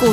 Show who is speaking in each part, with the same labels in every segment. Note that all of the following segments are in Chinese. Speaker 1: 股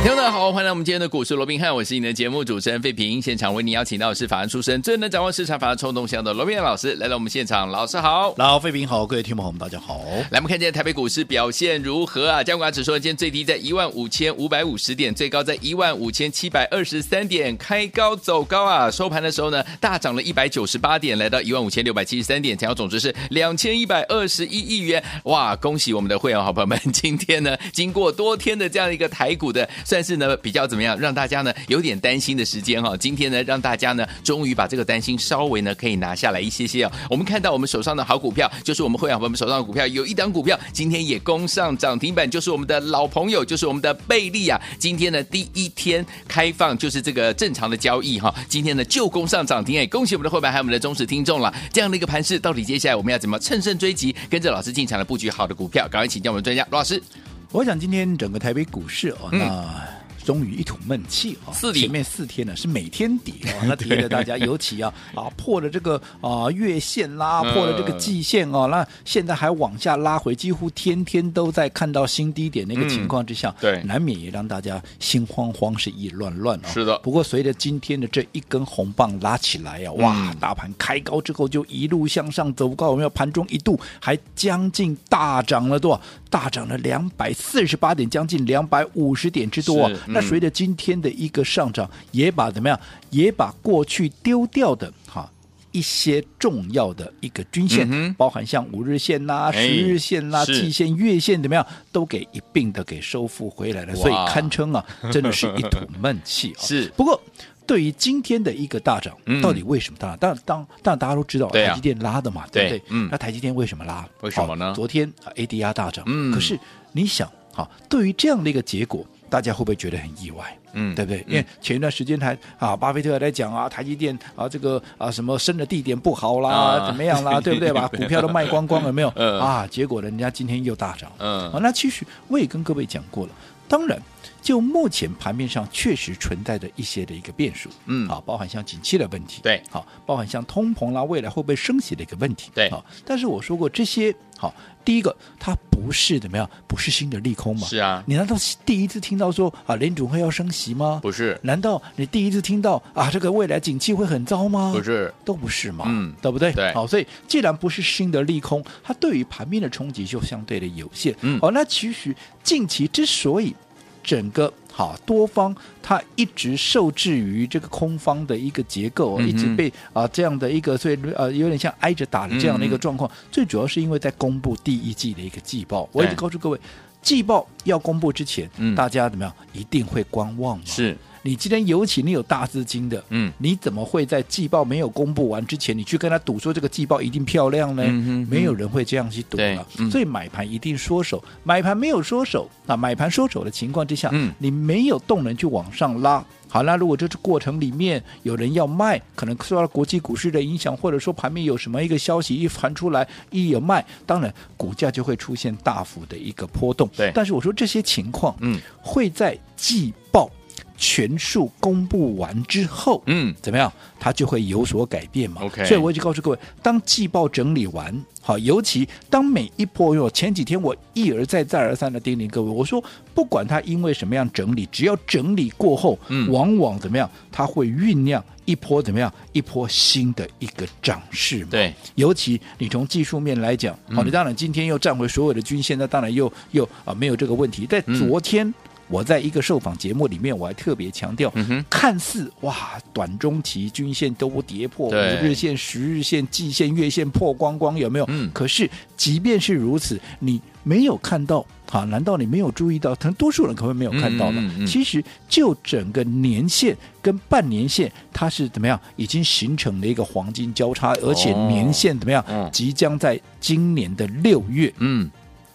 Speaker 2: 听众大家好，欢迎来我们今天的股市罗宾汉，我是你的节目主持人费平。现场为您邀请到的是法案出身、最能掌握市场法案冲动向的罗宾汉老师来到我们现场，老师好。
Speaker 3: 老费平好，各位听众朋友们，大家好。
Speaker 2: 来，我们看见台北股市表现如何啊？加权指数今天最低在一万五千五百五十点，最高在一万五千七百二十三点，开高走高啊！收盘的时候呢，大涨了一百九十八点，来到一万五千六百七十三点，成交总值是两千一百二十一亿元。哇，恭喜我们的会员好朋友们！今天呢，经过多天的这样一个台股的，算是呢比较怎么样，让大家呢有点担心的时间哈、今天呢，让大家呢终于把这个担心稍微呢可以拿下来一些些哦。我们看到我们手上的好股票，就是我们会员朋友们手上的股票，有一档股票今天也攻上涨停板，就是我们的老朋友，就是我们的贝利啊。今天呢第一天开放就是这个正常的交易哈、今天呢就攻上涨停哎，恭喜我们的会员还有我们的忠实听众了。这样的一个盘势，到底接下来我们要怎么乘胜追击，跟着老师进场来布局好的股票？赶快请教我们专家罗老师。
Speaker 3: 我想今天整个台北股市哦，
Speaker 2: 嗯
Speaker 3: 那。终于一吐闷气哦，
Speaker 2: 四底
Speaker 3: 前面四天呢是每天跌 哦，那跌的大家尤其啊啊破了这个啊月线啦，
Speaker 2: 嗯
Speaker 3: 破了这个季线哦，那现在还往下拉回，几乎天天都在看到新低点那个情况之下，
Speaker 2: 嗯对
Speaker 3: 难免也让大家心慌慌是意乱乱哦。
Speaker 2: 是的
Speaker 3: 不过随着今天的这一根红棒拉起来啊，哇
Speaker 2: 嗯，
Speaker 3: 大盘开高之后就一路向上走高，有没有？盘中一度还将近大涨了多少？大涨了两百四十八点，将近两百五十点之多、啊
Speaker 2: 是。嗯
Speaker 3: 那随着今天的一个上涨，也把怎么样？也把过去丢掉的哈。一些重要的一个均线，
Speaker 2: 嗯哼
Speaker 3: 包含像五日线啦、
Speaker 2: 哎
Speaker 3: 十日线啦、
Speaker 2: 是
Speaker 3: 季线、月线怎么样，都给一并的给收复回来了，所以
Speaker 2: 哇
Speaker 3: 堪 称啊，真的是一吐闷气啊、
Speaker 2: 是
Speaker 3: 不过。对于今天的一个大涨
Speaker 2: 嗯，
Speaker 3: 到底为什么大涨？当然，当当然大家都知道，
Speaker 2: 对啊
Speaker 3: 台积电拉的嘛，
Speaker 2: 对
Speaker 3: 对不对？
Speaker 2: 嗯
Speaker 3: 那台积电为什么拉？
Speaker 2: 为什么呢
Speaker 3: 好昨天啊 ADR 大涨，
Speaker 2: 嗯
Speaker 3: 可是你想，好，对于这样的一个结果，大家会不会觉得很意外？
Speaker 2: 嗯
Speaker 3: 对不对？因为前一段时间还啊，巴菲特还在讲啊，台积电啊，这个啊什么生的地点不好啦，
Speaker 2: 啊
Speaker 3: 怎么样 啦，对不对？把股票都卖光光了没有？
Speaker 2: 嗯
Speaker 3: 啊，结果人家今天又大涨，
Speaker 2: 嗯
Speaker 3: 啊，那其实我也跟各位讲过了，当然。就目前盘面上确实存在着一些的一个变数，
Speaker 2: 嗯
Speaker 3: 啊，包含像景气的问题，
Speaker 2: 对
Speaker 3: 好，包含像通膨啦，未来会不会升息的一个问题，
Speaker 2: 对
Speaker 3: 好，但是我说过这些，好，第一个它不是怎么样，不是新的利空嘛，
Speaker 2: 是啊，
Speaker 3: 你难道是第一次听到说啊联储会要升息吗？
Speaker 2: 不是，
Speaker 3: 难道你第一次听到啊这个未来景气会很糟吗？
Speaker 2: 不，是，
Speaker 3: 都不是嘛，
Speaker 2: 嗯
Speaker 3: 对不对？
Speaker 2: 对
Speaker 3: 好，所以既然不是新的利空，它对于盘面的冲击就相对的有限。哦
Speaker 2: 嗯
Speaker 3: 好、那其实近期之所以整个好多方它一直受制于这个空方的一个结构哦，
Speaker 2: 嗯哼
Speaker 3: 一直被啊、这样的一个，所以呃有点像挨着打的这样的一个状况，最主要是因为在公布第一季的一个季报，我一直
Speaker 2: 嗯对
Speaker 3: 告诉各位。季报要公布之前，
Speaker 2: 嗯
Speaker 3: 大家怎么样？一定会观望嘛。
Speaker 2: 是，
Speaker 3: 你今天尤其你有大资金的，
Speaker 2: 嗯
Speaker 3: 你怎么会在季报没有公布完之前，你去跟他赌说这个季报一定漂亮呢？
Speaker 2: 嗯哼嗯
Speaker 3: 没有人会这样去赌
Speaker 2: 对
Speaker 3: 了，
Speaker 2: 嗯
Speaker 3: 所以买盘一定缩手。买盘没有缩手啊，买盘缩手的情况之下，
Speaker 2: 嗯
Speaker 3: 你没有动能去往上拉。好，那如果这过程里面有人要卖，可能受到国际股市的影响，或者说盘面有什么一个消息一传出来，一有卖，当然股价就会出现大幅的一个波动。
Speaker 2: 对
Speaker 3: 但是我说这些情况，
Speaker 2: 嗯
Speaker 3: 会在季报全数公布完之后，
Speaker 2: 嗯，
Speaker 3: 怎么样，它就会有所改变嘛。
Speaker 2: OK
Speaker 3: 所以我一直告诉各位，当季报整理完，好，尤其当每一波，因为我前几天我一而再再而三的叮咛各位，我说不管它因为什么样整理，只要整理过后，
Speaker 2: 嗯
Speaker 3: 往往怎么样，它会酝酿一波怎么样，一波新的一个涨势嘛。
Speaker 2: 对，
Speaker 3: 尤其你从技术面来讲，
Speaker 2: 嗯
Speaker 3: 好、你当然今天又站回所有的均线，那当然又又啊、没有这个问
Speaker 2: 嗯
Speaker 3: 题。在昨天。我在一个受访节目里面，我还特别强调，
Speaker 2: 嗯哼
Speaker 3: 看似哇，短中期均线都不跌破，五
Speaker 2: 对
Speaker 3: 日线、十日线、季线、月线破光光，有没有？
Speaker 2: 嗯
Speaker 3: 可是即便是如此，你没有看到啊？难道你没有注意到？可能多数人可能没有看到呢。
Speaker 2: 嗯嗯嗯嗯
Speaker 3: 其实就整个年线跟半年线，它是怎么样？已经形成了一个黄金交叉，而且
Speaker 2: 哦
Speaker 3: 年线怎么样？
Speaker 2: 嗯
Speaker 3: 即将在今年的六月，
Speaker 2: 嗯，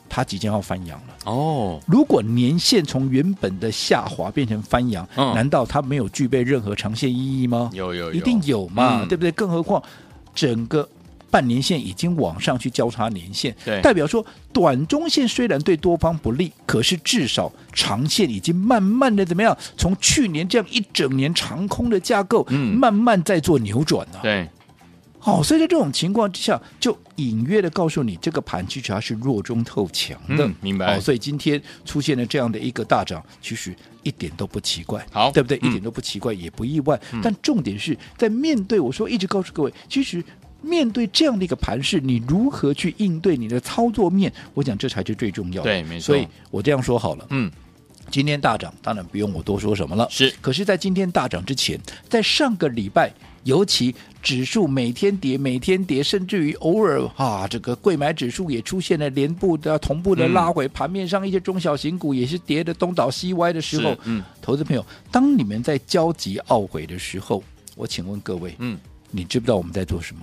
Speaker 3: 它即将要翻扬了。
Speaker 2: 哦，
Speaker 3: 如果年线从原本的下滑变成翻扬，
Speaker 2: 嗯
Speaker 3: 难道它没有具备任何长线意义吗？
Speaker 2: 有有有，
Speaker 3: 一定有嘛，
Speaker 2: 嗯
Speaker 3: 对不对？更何况整个半年线已经往上去交叉年线，
Speaker 2: 对
Speaker 3: 代表说短中线虽然对多方不利，可是至少长线已经慢慢的怎么样，从去年这样一整年长空的架构，
Speaker 2: 嗯
Speaker 3: 慢慢在做扭转了、
Speaker 2: 对，
Speaker 3: 好、所以在这种情况之下，就隐约的告诉你，这个盘其实它是弱中透强的，
Speaker 2: 嗯明白
Speaker 3: 好、哦所以今天出现了这样的一个大涨，其实一点都不奇怪，
Speaker 2: 好
Speaker 3: 对不对？
Speaker 2: 嗯
Speaker 3: 一点都不奇怪，也不意外。但重点是在面对我说一直告诉各位，其实。面对这样的一个盘势，你如何去应对你的操作面？我讲这才是最重要的。
Speaker 2: 对没错
Speaker 3: 所以我这样说好了，
Speaker 2: 嗯，
Speaker 3: 今天大涨，当然不用我多说什么了。
Speaker 2: 是
Speaker 3: 可是，在今天大涨之前，在上个礼拜，尤其指数每天跌、每天跌，甚至于偶尔啊，这个贵买指数也出现了连步的、同步
Speaker 2: 嗯
Speaker 3: 的拉回，盘面上一些中小型股也是跌的东倒西歪的时候
Speaker 2: 是，嗯，
Speaker 3: 投资朋友，当你们在焦急懊悔的时候，我请问各位，
Speaker 2: 嗯，
Speaker 3: 你知不知道我们在做什么？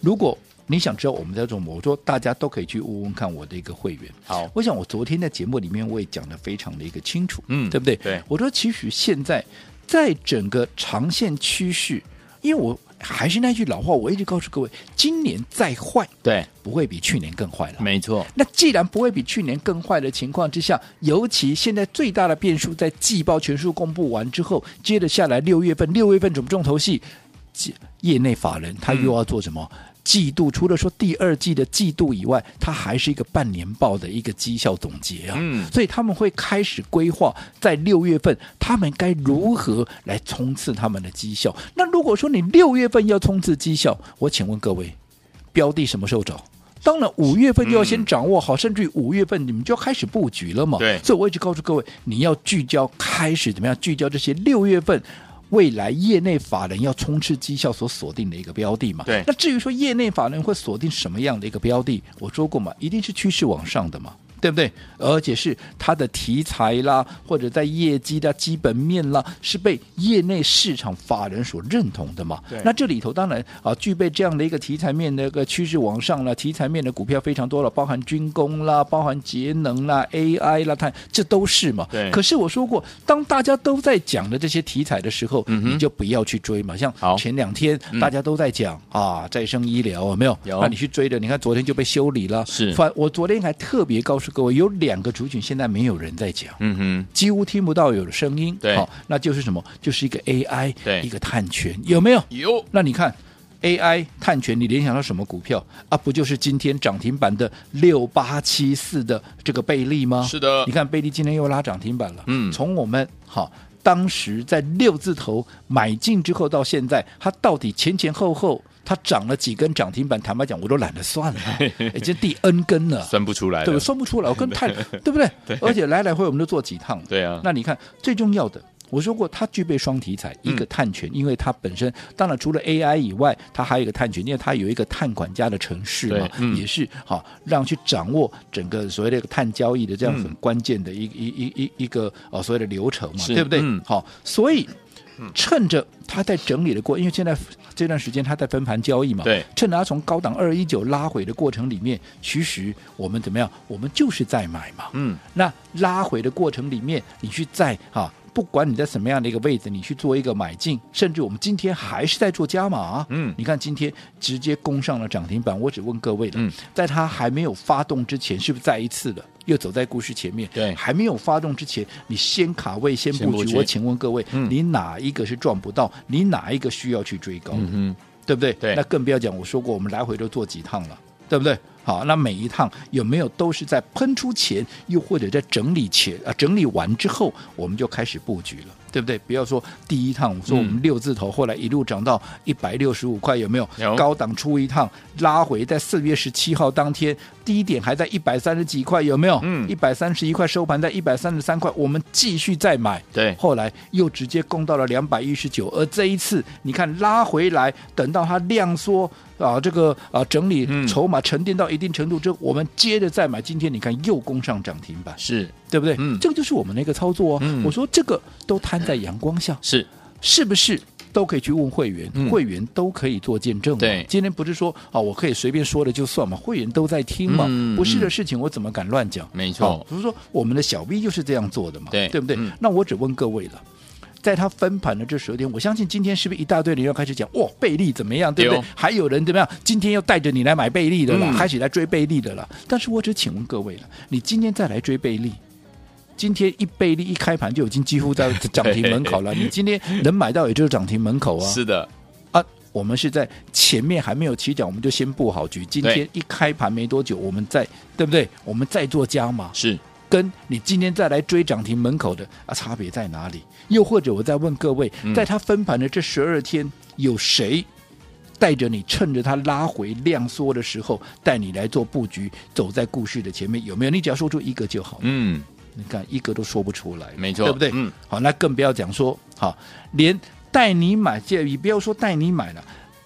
Speaker 3: 如果你想知道我们在做什么，我说大家都可以去问问看我的一个会员。
Speaker 2: 好，
Speaker 3: 我想我昨天在节目里面我也讲的非常的一个清楚，
Speaker 2: 嗯
Speaker 3: 对不对？
Speaker 2: 对
Speaker 3: 我说其实现在在整个长线趋势，因为我还是那句老话，我一直告诉各位，今年再坏
Speaker 2: 对，
Speaker 3: 不会比去年更坏了。
Speaker 2: 没错，
Speaker 3: 那既然不会比去年更坏的情况之下，尤其现在最大的变数在季报全数公布完之后，接着下来六月份，六月份怎么重头戏？季业内法人他又要做什么？季度除了说第二季的季度以外，它还是一个半年报的一个绩效总结啊。
Speaker 2: 嗯
Speaker 3: 所以他们会开始规划在六月份他们该如何来冲刺他们的绩效。那如果说你六月份要冲刺绩效，我请问各位，标的什么时候找？当然，五月份就要先掌握好，甚至于五月份你们就要开始布局了嘛。
Speaker 2: 嗯对
Speaker 3: 所以我一直告诉各位，你要聚焦，开始怎么样聚焦这些六月份。未来业内法人要冲刺绩效所锁定的一个标的嘛？
Speaker 2: 对
Speaker 3: 那至于说业内法人会锁定什么样的一个标的，我说过嘛，一定是趋势往上的嘛，对不对？而且是它的题材啦，或者在业绩的基本面啦，是被业内市场法人所认同的嘛？
Speaker 2: 对
Speaker 3: 那这里头当然啊，具备这样的一个题材面的一个趋势往上了，题材面的股票非常多了，包含军工啦，包含节能啦、AI 啦，它这都是嘛。
Speaker 2: 对
Speaker 3: 可是我说过，当大家都在讲的这些题材的时候，
Speaker 2: 嗯哼
Speaker 3: 你就不要去追嘛。像
Speaker 2: 好嗯
Speaker 3: 前两天大家都在讲、啊，再生医疗有没有？
Speaker 2: 有
Speaker 3: 那你去追的，你看昨天就被修理了。
Speaker 2: 是
Speaker 3: 反我昨天还特别告诉各位，有两个族群现在没有人在讲。
Speaker 2: 嗯哼，
Speaker 3: 几乎听不到有声音，
Speaker 2: 对
Speaker 3: 好，那就是什么？就是一个 AI，
Speaker 2: 对
Speaker 3: 一个碳权，有没有？
Speaker 2: 有，
Speaker 3: 哦那你看 AI 碳权，你联想到什么股票啊？不就是今天涨停板的六八七四的这个贝利吗？
Speaker 2: 是的
Speaker 3: 你看贝利今天又拉涨停板了。
Speaker 2: 嗯
Speaker 3: 从我们好。当时在六字头买进之后到现在，它到底前前后后它涨了几根涨停板？坦白讲，我都懒得 算了，已经第 N 根了。
Speaker 2: 算不出来
Speaker 3: 对，
Speaker 2: 了
Speaker 3: 我，算不出来，我跟太对不对？而且来来回我们都做几趟，
Speaker 2: 对啊
Speaker 3: 那你看最重要的。我说过，它具备双题材，一个碳权，因为它本身当然除了 AI 以外，它还有一个碳权，因为它有一个碳管家的城市嘛
Speaker 2: 对，嗯
Speaker 3: 也是好、让去掌握整个所谓的一个碳交易的这样很关键的一、一一一一个呃所谓的流程嘛，
Speaker 2: 是
Speaker 3: 对不对？
Speaker 2: 嗯
Speaker 3: 好，所以趁着它在整理的过，因为现在这段时间它在分盘交易嘛，
Speaker 2: 对
Speaker 3: 趁着它从高档二一九拉回的过程里面，其实我们怎么样？我们就是在买嘛，
Speaker 2: 嗯，
Speaker 3: 那拉回的过程里面，你去在啊，不管你在什么样的一个位置，你去做一个买进，甚至我们今天还是在做加码、
Speaker 2: 嗯
Speaker 3: 你看今天直接攻上了涨停板。我只问各位了，
Speaker 2: 嗯
Speaker 3: 在它还没有发动之前，是不是再一次的又走在故事前面？
Speaker 2: 对
Speaker 3: 还没有发动之前，你先卡位，先
Speaker 2: 先
Speaker 3: 布局。
Speaker 2: 布局
Speaker 3: 我请问各位、
Speaker 2: 嗯
Speaker 3: 你哪一个是赚不到？你哪一个需要去追高？
Speaker 2: 嗯
Speaker 3: 对不对？
Speaker 2: 对
Speaker 3: 那更不要讲，我说过我们来回都做几趟了，对不对？好，那每一趟有没有都是在喷出前，又或者在整理前啊、整理完之后，我们就开始布局了，对不对？不要说第一趟，我说我
Speaker 2: 嗯
Speaker 3: 们六字头，后来一路涨到一百六十五块，有没有？
Speaker 2: 有
Speaker 3: 高档出一趟，拉回，在四月十七号当天低点还在一百三十几块，有没有？
Speaker 2: 嗯
Speaker 3: 一百三十一块收盘在一百三十三块，我们继续再买，
Speaker 2: 哼，对，
Speaker 3: 后来又直接攻到了两百一十九，而这一次你看拉回来，等到它量缩啊，这个啊整理
Speaker 2: 嗯
Speaker 3: 筹码沉淀到一定程度之后，我们接着再买。今天你看又攻上涨停板，
Speaker 2: 是
Speaker 3: 对不对？
Speaker 2: 嗯
Speaker 3: 这个就是我们的一个操作哦。
Speaker 2: 嗯
Speaker 3: 我说这个都摊在阳光下，
Speaker 2: 是，
Speaker 3: 是不是都可以去问会员？
Speaker 2: 嗯
Speaker 3: 会员都可以做见证嘛。
Speaker 2: 对
Speaker 3: 今天不是说啊，我可以随便说了就算嘛，会员都在听嘛，
Speaker 2: 嗯
Speaker 3: 不是的事情我怎么敢乱讲？
Speaker 2: 没错
Speaker 3: 好比如说我们的小 V 就是这样做的嘛，
Speaker 2: 对
Speaker 3: 不对？
Speaker 2: 嗯
Speaker 3: 那我只问各位了。在它分盘的这时候点，我相信今天是不是一大堆人要开始讲哇，贝利怎么样，对不对？
Speaker 2: 有
Speaker 3: 还有人怎么样？今天又带着你来买贝利的了，
Speaker 2: 哦嗯
Speaker 3: 开始来追贝利的了。但是我只请问各位了，你今天再来追贝利？今天一贝利一开盘就已经几乎在涨停门 口了，你今天能买到也就是涨停门口啊。
Speaker 2: 是的，
Speaker 3: 啊，我们是在前面还没有起涨，我们就先布好局。今
Speaker 2: 对
Speaker 3: 天一开盘没多久，我们再对不对？我们再做加码，
Speaker 2: 是
Speaker 3: 跟你今天再来追涨停门口的啊，差别在哪里？又或者我再问各位，
Speaker 2: 嗯
Speaker 3: 在它分盘的这十二天，有谁带着你趁着它拉回量缩的时候，带你来做布局，走在故事的前面？有没有？你只要说出一个就好。
Speaker 2: 嗯，
Speaker 3: 你看一个都说不出来，
Speaker 2: 没错
Speaker 3: 对不对？
Speaker 2: 嗯，
Speaker 3: 好，那更不要讲说，好，连带你买，这也不要说带你买了，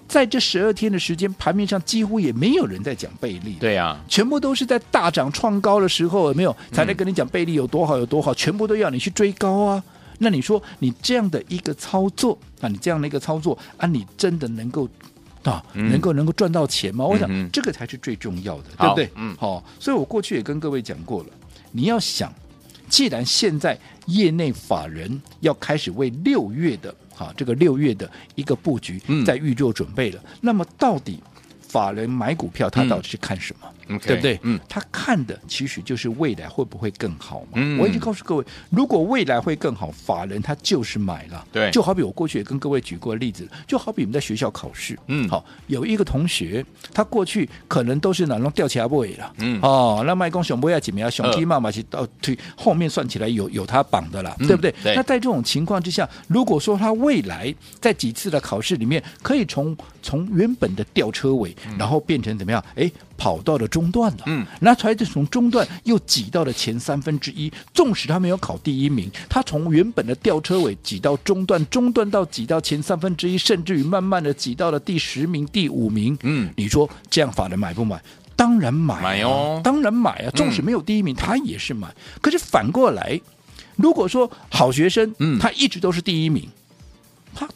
Speaker 3: 在这十二天的时间，盘面上几乎也没有人在讲贝利，，
Speaker 2: 对啊呀，
Speaker 3: 全部都是在大涨创高的时候，有没有才在
Speaker 2: 嗯
Speaker 3: 跟你讲贝利有多好有多好，全部都要你去追高啊。那你说你这样的一个操作啊，你这样的一个操作啊，你真的能够啊，
Speaker 2: 嗯
Speaker 3: 能够能够赚到钱吗？我想、
Speaker 2: 嗯哼
Speaker 3: 这个才是最重要的，对
Speaker 2: 好
Speaker 3: 不对？
Speaker 2: 嗯
Speaker 3: 好、所以我过去也跟各位讲过了，你要想，既然现在业内法人要开始为六月的哈、这个六月的一个布局
Speaker 2: 嗯
Speaker 3: 在预做准备了，那么到底法人买股票他
Speaker 2: 嗯
Speaker 3: 到底是看什么？
Speaker 2: OK，
Speaker 3: 对不对？
Speaker 2: 嗯，
Speaker 3: 他看的其实就是未来会不会更好嘛。
Speaker 2: 嗯
Speaker 3: 我已经告诉各位，如果未来会更好，法人他就是买了。
Speaker 2: 对
Speaker 3: 就好比我过去也跟各位举过例子，就好比我们在学校考试，
Speaker 2: 嗯
Speaker 3: 好，有一个同学，他过去可能都是哪种吊起来尾了，
Speaker 2: 嗯
Speaker 3: 哦，那麦公熊不要紧，要熊
Speaker 2: 呃
Speaker 3: 鸡嘛嘛是到推后面算起来有有他绑的啦，
Speaker 2: 嗯
Speaker 3: 对不对？
Speaker 2: 对
Speaker 3: 那在这种情况之下，如果说他未来在几次的考试里面，可以从从原本的吊车尾，然后变成怎么样？哎，跑到了中段了，
Speaker 2: 嗯，
Speaker 3: 那才从中段又挤到了前三分之一。纵使他没有考第一名，他从原本的吊车尾挤到中段，中段到挤到前三分之一，甚至于慢慢的挤到了第十名、第五名。
Speaker 2: 嗯
Speaker 3: 你说这样法人买不买？当然买、啊，
Speaker 2: 买哦
Speaker 3: 当然买啊！纵使没有第一名，他也是买。可是反过来，如果说好学生，
Speaker 2: 嗯
Speaker 3: 他一直都是第一名，他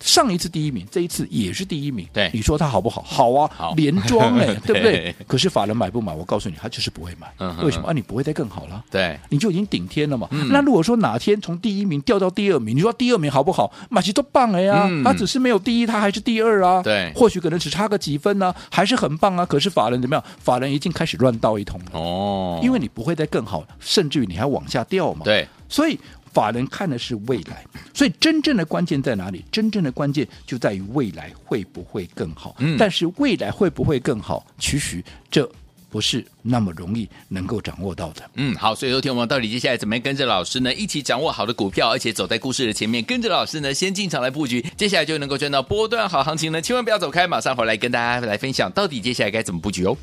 Speaker 3: 上一次第一名，这一次也是第一名，
Speaker 2: 对
Speaker 3: 你说他好不好？好啊，
Speaker 2: 好
Speaker 3: 连 庄哎、对
Speaker 2: 对
Speaker 3: 不对？可是法人买不买？我告诉你，他就是不会买。
Speaker 2: 嗯哼
Speaker 3: 为什么啊？你不会再更好了。
Speaker 2: 对，
Speaker 3: 你就已经顶天了嘛。
Speaker 2: 嗯
Speaker 3: 那如果说哪天从第一名掉到第二名，你说第二名好不好？马奇都棒了呀、
Speaker 2: 嗯
Speaker 3: 他只是没有第一，他还是第二啊。
Speaker 2: 对
Speaker 3: 或许可能只差个几分呢、还是很棒啊。可是法人怎么样？法人已经开始乱倒一通了，
Speaker 2: 哦，
Speaker 3: 因为你不会再更好，甚至于你还往下掉嘛。，
Speaker 2: 对，
Speaker 3: 所以。法人看的是未来，所以真正的关键在哪里？真正的关键就在于未来会不会更好。
Speaker 2: 嗯
Speaker 3: 但是未来会不会更好，其实这不是那么容易能够掌握到的。
Speaker 2: 嗯，好，所以说听我们到底接下来怎么样跟着老师呢，一起掌握好的股票，而且走在故事的前面，跟着老师呢先进场来布局，接下来就能够赚到波段好行情呢，千万不要走开，马上回来跟大家来分享到底接下来该怎么布局哦。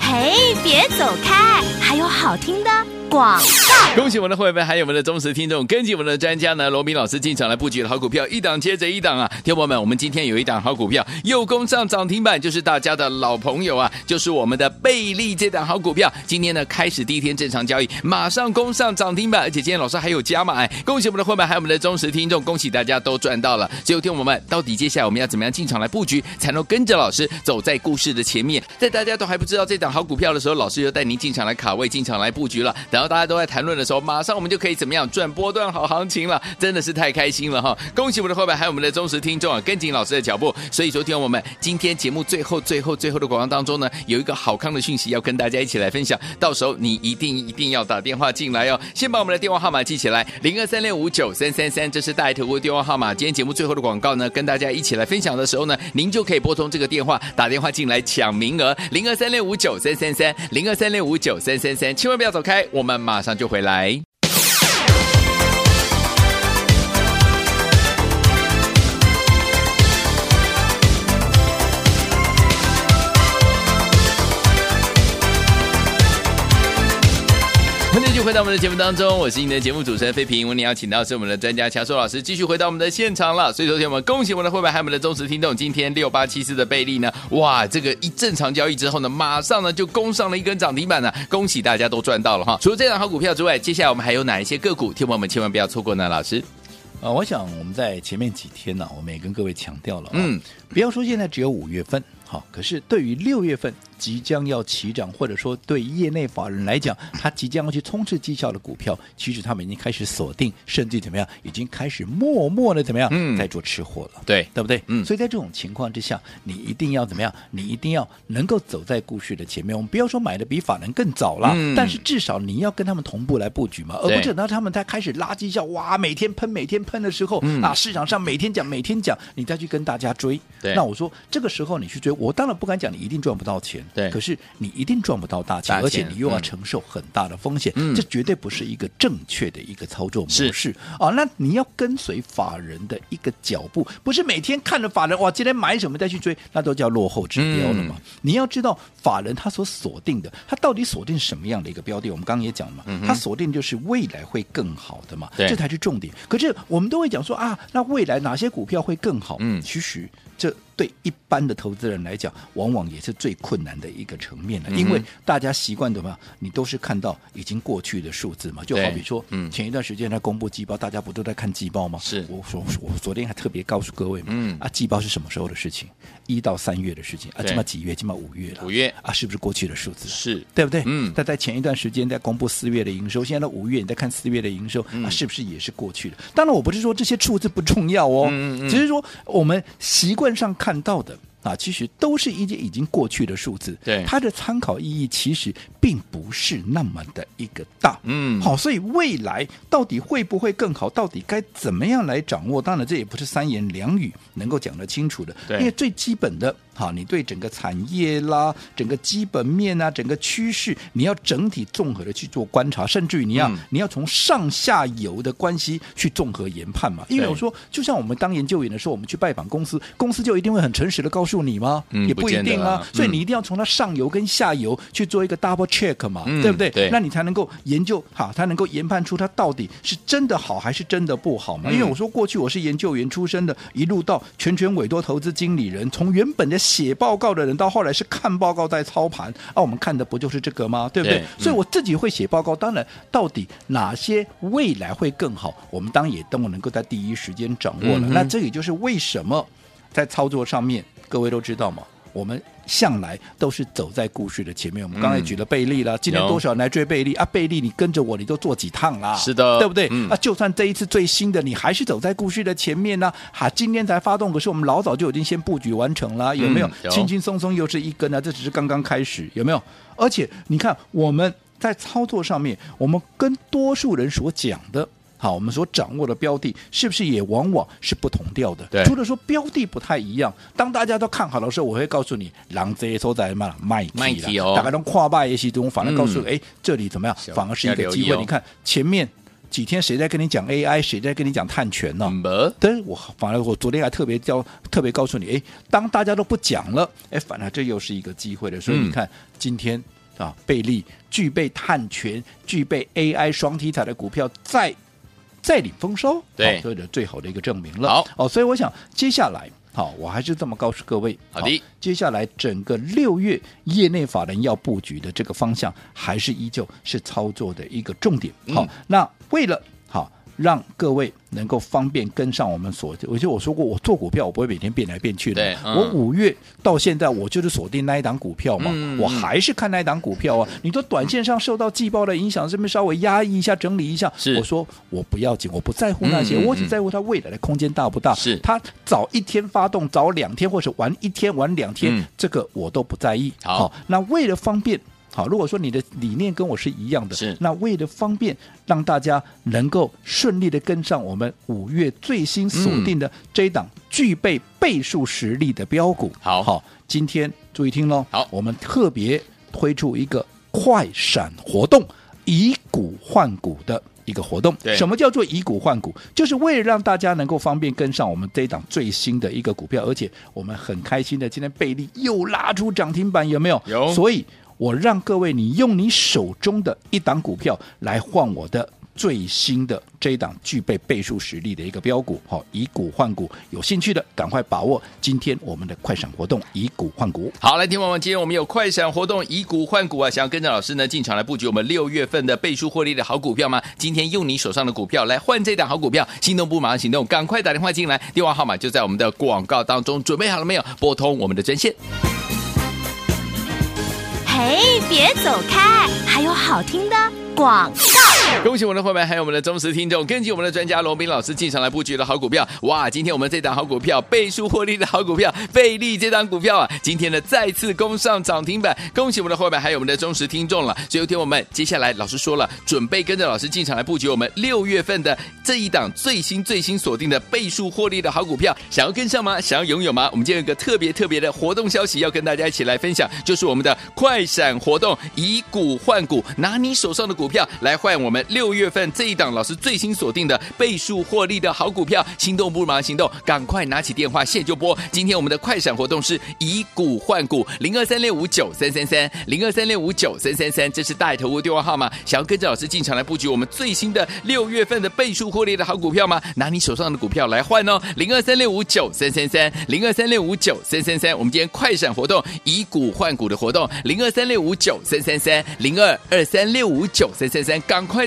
Speaker 1: 嘿，别走开，还有好听的广。
Speaker 2: 恭喜我们的会员，还有我们的忠实听众，跟紧我们的专家呢，罗明老师进场来布局的好股票，一档接着一档啊！听众朋友们，我们今天有一档好股票又攻上涨停板，就是大家的老朋友啊，就是我们的贝利这档好股票。今天呢，开始第一天正常交易，马上攻上涨停板，而且今天老师还有加码哎！恭喜我们的会员，还有我们的忠实听众，恭喜大家都赚到了。所以，听我们到底接下来我们要怎么样进场来布局，才能跟着老师走在故事的前面？在大家都还不知道这档好股票的时候，老师就带您进场来卡位，进场来布局了。等到大家都在谈论的时候，马上我们就可以怎么样赚波段好行情了，真的是太开心了哈！恭喜我们的伙伴，还有我们的忠实听众啊，跟紧老师的脚步。所以，昨天我们今天节目最后、最后、最后的广告当中呢，有一个好康的讯息要跟大家一起来分享，到时候你一定一定要打电话进来哦。先把我们的电话号码记起来，零二三六五九三三三，这是大爱投顾电话号码。今天节目最后的广告呢，跟大家一起来分享的时候呢，您就可以拨通这个电话，打电话进来抢名额，零二三六五九三三三，零二三六五九三三三，千万不要走开，我们马上就回来。欢迎继续回到我们的节目当中，我是你的节目主持人费平。为您邀请到是我们的专家强硕老师，继续回到我们的现场了。所以，昨天我们恭喜我们的会员还有我们的忠实听众，今天六八七四的贝利呢，哇，这个一正常交易之后呢，马上呢就攻上了一根涨停板呢、啊恭喜大家都赚到了哈！除了这档好股票之外，接下来我们还有哪一些个股，听众朋友们千万不要错过呢？老师，
Speaker 3: 呃，我想我们在前面几天呢、我们也跟各位强调了、啊
Speaker 2: 嗯
Speaker 3: 嗯，不要说现在只有五月份，好，可是对于六月份即将要起涨，或者说对业内法人来讲，它即将要去冲刺绩效的股票，其实他们已经开始锁定，甚至怎么样，已经开始默默的怎么样，
Speaker 2: 嗯
Speaker 3: 在做吃货了。
Speaker 2: 对
Speaker 3: 对不对？
Speaker 2: 嗯
Speaker 3: 所以在这种情况之下，你一定要怎么样？你一定要能够走在故事的前面。我们不要说买的比法人更早了，
Speaker 2: 嗯
Speaker 3: 但是至少你要跟他们同步来布局嘛，而
Speaker 2: 对
Speaker 3: 不是等到他们在开始拉绩效，哇，每天喷每天喷的时候、
Speaker 2: 嗯
Speaker 3: 啊，市场上每天讲每天讲，你再去跟大家追。
Speaker 2: 对
Speaker 3: 那我说这个时候你去追，我当然不敢讲你一定赚不到钱，
Speaker 2: 对
Speaker 3: 可是你一定赚不到大钱，
Speaker 2: 大钱
Speaker 3: 而且你又要
Speaker 2: 嗯
Speaker 3: 承受很大的风险，
Speaker 2: 嗯
Speaker 3: 这绝对不是一个正确的一个操作模
Speaker 2: 是
Speaker 3: 式。是啊，那你要跟随法人的一个脚步，不是每天看着法人哇，今天买什么再去追，那都叫落后指标了
Speaker 2: 嗯
Speaker 3: 嘛。你要知道法人他所锁定的，他到底锁定什么样的一个标的？我们刚刚也讲了嘛，他锁定就是未来会更好的嘛，
Speaker 2: 嗯对
Speaker 3: 这才是重点。可是我们都会讲说啊，那未来哪些股票会更好？
Speaker 2: 嗯
Speaker 3: 其实这对一般的投资人来讲，往往也是最困难的一个层面了，
Speaker 2: 嗯哼
Speaker 3: 因为大家习惯怎么样，你都是看到已经过去的数字嘛，就
Speaker 2: 对
Speaker 3: 好比说，
Speaker 2: 嗯
Speaker 3: 前一段时间在公布季报，大家不都在看季报吗？
Speaker 2: 是
Speaker 3: 我说我昨天还特别告诉各位嘛，
Speaker 2: 嗯
Speaker 3: 啊，季报是什么时候的事情？一到三月的事情啊，
Speaker 2: 对
Speaker 3: 今嘛几月？今嘛五月了，
Speaker 2: 五月
Speaker 3: 啊，是不是过去的数字？
Speaker 2: 是
Speaker 3: 对不对？
Speaker 2: 嗯
Speaker 3: 但在前一段时间在公布四月的营收，现在到五月，你在看四月的营收、
Speaker 2: 嗯
Speaker 3: 啊，是不是也是过去的？当然，我不是说这些数字不重要哦，
Speaker 2: 嗯嗯嗯
Speaker 3: 只是说我们习惯上看到的。啊，其实都是一些已经过去的数字，
Speaker 2: 对
Speaker 3: 它的参考意义其实并不是那么的一个大，
Speaker 2: 嗯
Speaker 3: 好，所以未来到底会不会更好，到底该怎么样来掌握？当然，这也不是三言两语能够讲得清楚的，
Speaker 2: 对
Speaker 3: 因为最基本的，哈，你对整个产业啦、整个基本面啊、整个趋势，你要整体综合的去做观察，甚至于你要、
Speaker 2: 嗯
Speaker 3: 你要从上下游的关系去综合研判嘛。因为
Speaker 2: 对
Speaker 3: 我说，就像我们当研究员的时候，我们去拜访公司，公司就一定会很诚实的告诉你吗？
Speaker 2: 嗯
Speaker 3: 也
Speaker 2: 不
Speaker 3: 不一
Speaker 2: 见得
Speaker 3: 定啊
Speaker 2: 啊。
Speaker 3: 所以
Speaker 2: 嗯
Speaker 3: 你一定要从它上游跟下游去做一个 double check 嘛，
Speaker 2: 嗯
Speaker 3: 对不对？
Speaker 2: 对
Speaker 3: 那你才能够研究好，才能够研判出它到底是真的好还是真的不好嘛。
Speaker 2: 嗯
Speaker 3: 因为我说过去我是研究员出身的，一路到全权委托投资经理人，从原本的写报告的人到后来是看报告在操盘，啊，我们看的不就是这个吗？对不对？
Speaker 2: 对嗯
Speaker 3: 所以我自己会写报告，当然到底哪些未来会更好，我们当然也都能够在第一时间掌握了。
Speaker 2: 嗯哼
Speaker 3: 那这也就是为什么在操作上面，各位都知道嘛，我们向来都是走在故事的前面。我们刚才
Speaker 2: 嗯
Speaker 3: 举了贝利了，今天
Speaker 2: 有
Speaker 3: 多少人来追贝利啊？贝利，你跟着我，你都做几趟啦？
Speaker 2: 是的
Speaker 3: 对不对？
Speaker 2: 嗯
Speaker 3: 啊，就算这一次最新的，你还是走在故事的前面呢、哈、今天才发动，可是我们老早就已经先布局完成了，有没有？
Speaker 2: 嗯有
Speaker 3: 轻轻松松又是一根啊，这只是刚刚开始，有没有？而且你看我们在操作上面，我们跟多数人所讲的。好，我们所掌握的标的是不是也往往是不同调的？
Speaker 2: 对
Speaker 3: 除了说标的不太一样，当大家都看好的时候，我会告诉你，狼这些收在嘛卖
Speaker 2: 卖
Speaker 3: 起
Speaker 2: 起
Speaker 3: 了，
Speaker 2: 哦
Speaker 3: 大概都跨败一些东，反而告
Speaker 2: 嗯
Speaker 3: 诉你，哎、这里怎么样
Speaker 2: 是？
Speaker 3: 反而是一个
Speaker 2: 要留意
Speaker 3: 机会。
Speaker 2: 哦
Speaker 3: 你看前面几天谁在跟你讲 AI，谁在跟你讲碳权呢、
Speaker 2: 没
Speaker 3: 但是我反而我昨天还特别教，特别告诉你，哎，当大家都不讲了，哎，反而这又是一个机会了。所以
Speaker 2: 嗯
Speaker 3: 你看，今天啊，贝利具备碳权、具备 AI 双题材的股票，再再领丰收，
Speaker 2: 对
Speaker 3: 好这是最好的一个证明了。
Speaker 2: 好，
Speaker 3: 哦，所以我想接下来。好，我还是这么告诉各位。
Speaker 2: 好的
Speaker 3: 接下来整个六月业内法人要布局的这个方向，还是依旧是操作的一个重点。好，
Speaker 2: 嗯
Speaker 3: 那为了好让各位能够方便跟上我们所，我就我说过，我做股票我不会每天变来变去的
Speaker 2: 对
Speaker 3: 嘛。
Speaker 2: 嗯
Speaker 3: 我五月到现在，我就是锁定那一档股票嘛，
Speaker 2: 嗯
Speaker 3: 我
Speaker 2: 嗯
Speaker 3: 还是看那一档股票啊。你说短线上受到季报的影响，这边稍微压抑一下，整理一下，
Speaker 2: 是
Speaker 3: 我说我不要紧，我不在乎那些，
Speaker 2: 嗯嗯
Speaker 3: 我只
Speaker 2: 嗯
Speaker 3: 在乎它未来的空间大不大。
Speaker 2: 是
Speaker 3: 它早一天发动，早两天或者晚一天、晚两天，
Speaker 2: 嗯
Speaker 3: 这个我都不在意。
Speaker 2: 好
Speaker 3: 那为了方便。好，如果说你的理念跟我是一样的，
Speaker 2: 是
Speaker 3: 那为了方便让大家能够顺利的跟上我们五月最新锁定的这一档具备倍数实力的标股，
Speaker 2: 好
Speaker 3: 好，今天注意听喽，
Speaker 2: 好
Speaker 3: 我们特别推出一个快闪活动，以股换股的。一个活动
Speaker 2: 对，
Speaker 3: 什么叫做以股换股？就是为了让大家能够方便跟上我们这一档最新的一个股票，而且我们很开心的，今天贝利又拉出涨停板，有没有？
Speaker 2: 有
Speaker 3: 所以我让各位你用你手中的一档股票来换我的。最新的这一档具备倍数实力的一个标股，好，以股换股，有兴趣的赶快把握今天我们的快闪活动，以股换股。
Speaker 2: 好，来，听众朋友们，今天我们有快闪活动，以股换股啊！想要跟着老师呢进场来布局我们六月份的倍数获利的好股票吗？今天用你手上的股票来换这档好股票，心动不马上行动，赶快打电话进来，电话号码就在我们的广告当中，准备好了没有？拨通我们的专线。
Speaker 1: 嘿，别走开，还有好听的广告。
Speaker 2: 恭喜我们的伙伴，还有我们的忠实听众，跟紧我们的专家罗斌老师进场来布局的好股票。哇，今天我们这档好股票，倍数获利的好股票，贝利这档股票啊，今天呢再次攻上涨停板。恭喜我们的伙伴，还有我们的忠实听众了。所以，听我们接下来老师说了，准备跟着老师进场来布局我们六月份的这一档最新最新锁定的倍数获利的好股票，想要跟上吗？想要拥有吗？我们今天有一个特别特别的活动消息要跟大家一起来分享，就是我们的快闪活动，以股换股，拿你手上的股票来换我们六月份这一档老师最新锁定的倍数获利的好股票，心动不如马上行动，赶快拿起电话现就拨。今天我们的快闪活动是以股换股，零二三六五九三三三，零二三六五九三三三，这是大头屋电话号码。想要跟着老师进场来布局我们最新的六月份的倍数获利的好股票吗？拿你手上的股票来换哦，零二三六五九三三三，零二三六五九三三三。我们今天快闪活动以股换股的活动，零二三六五九三三三，零二二三六五九三三三，赶快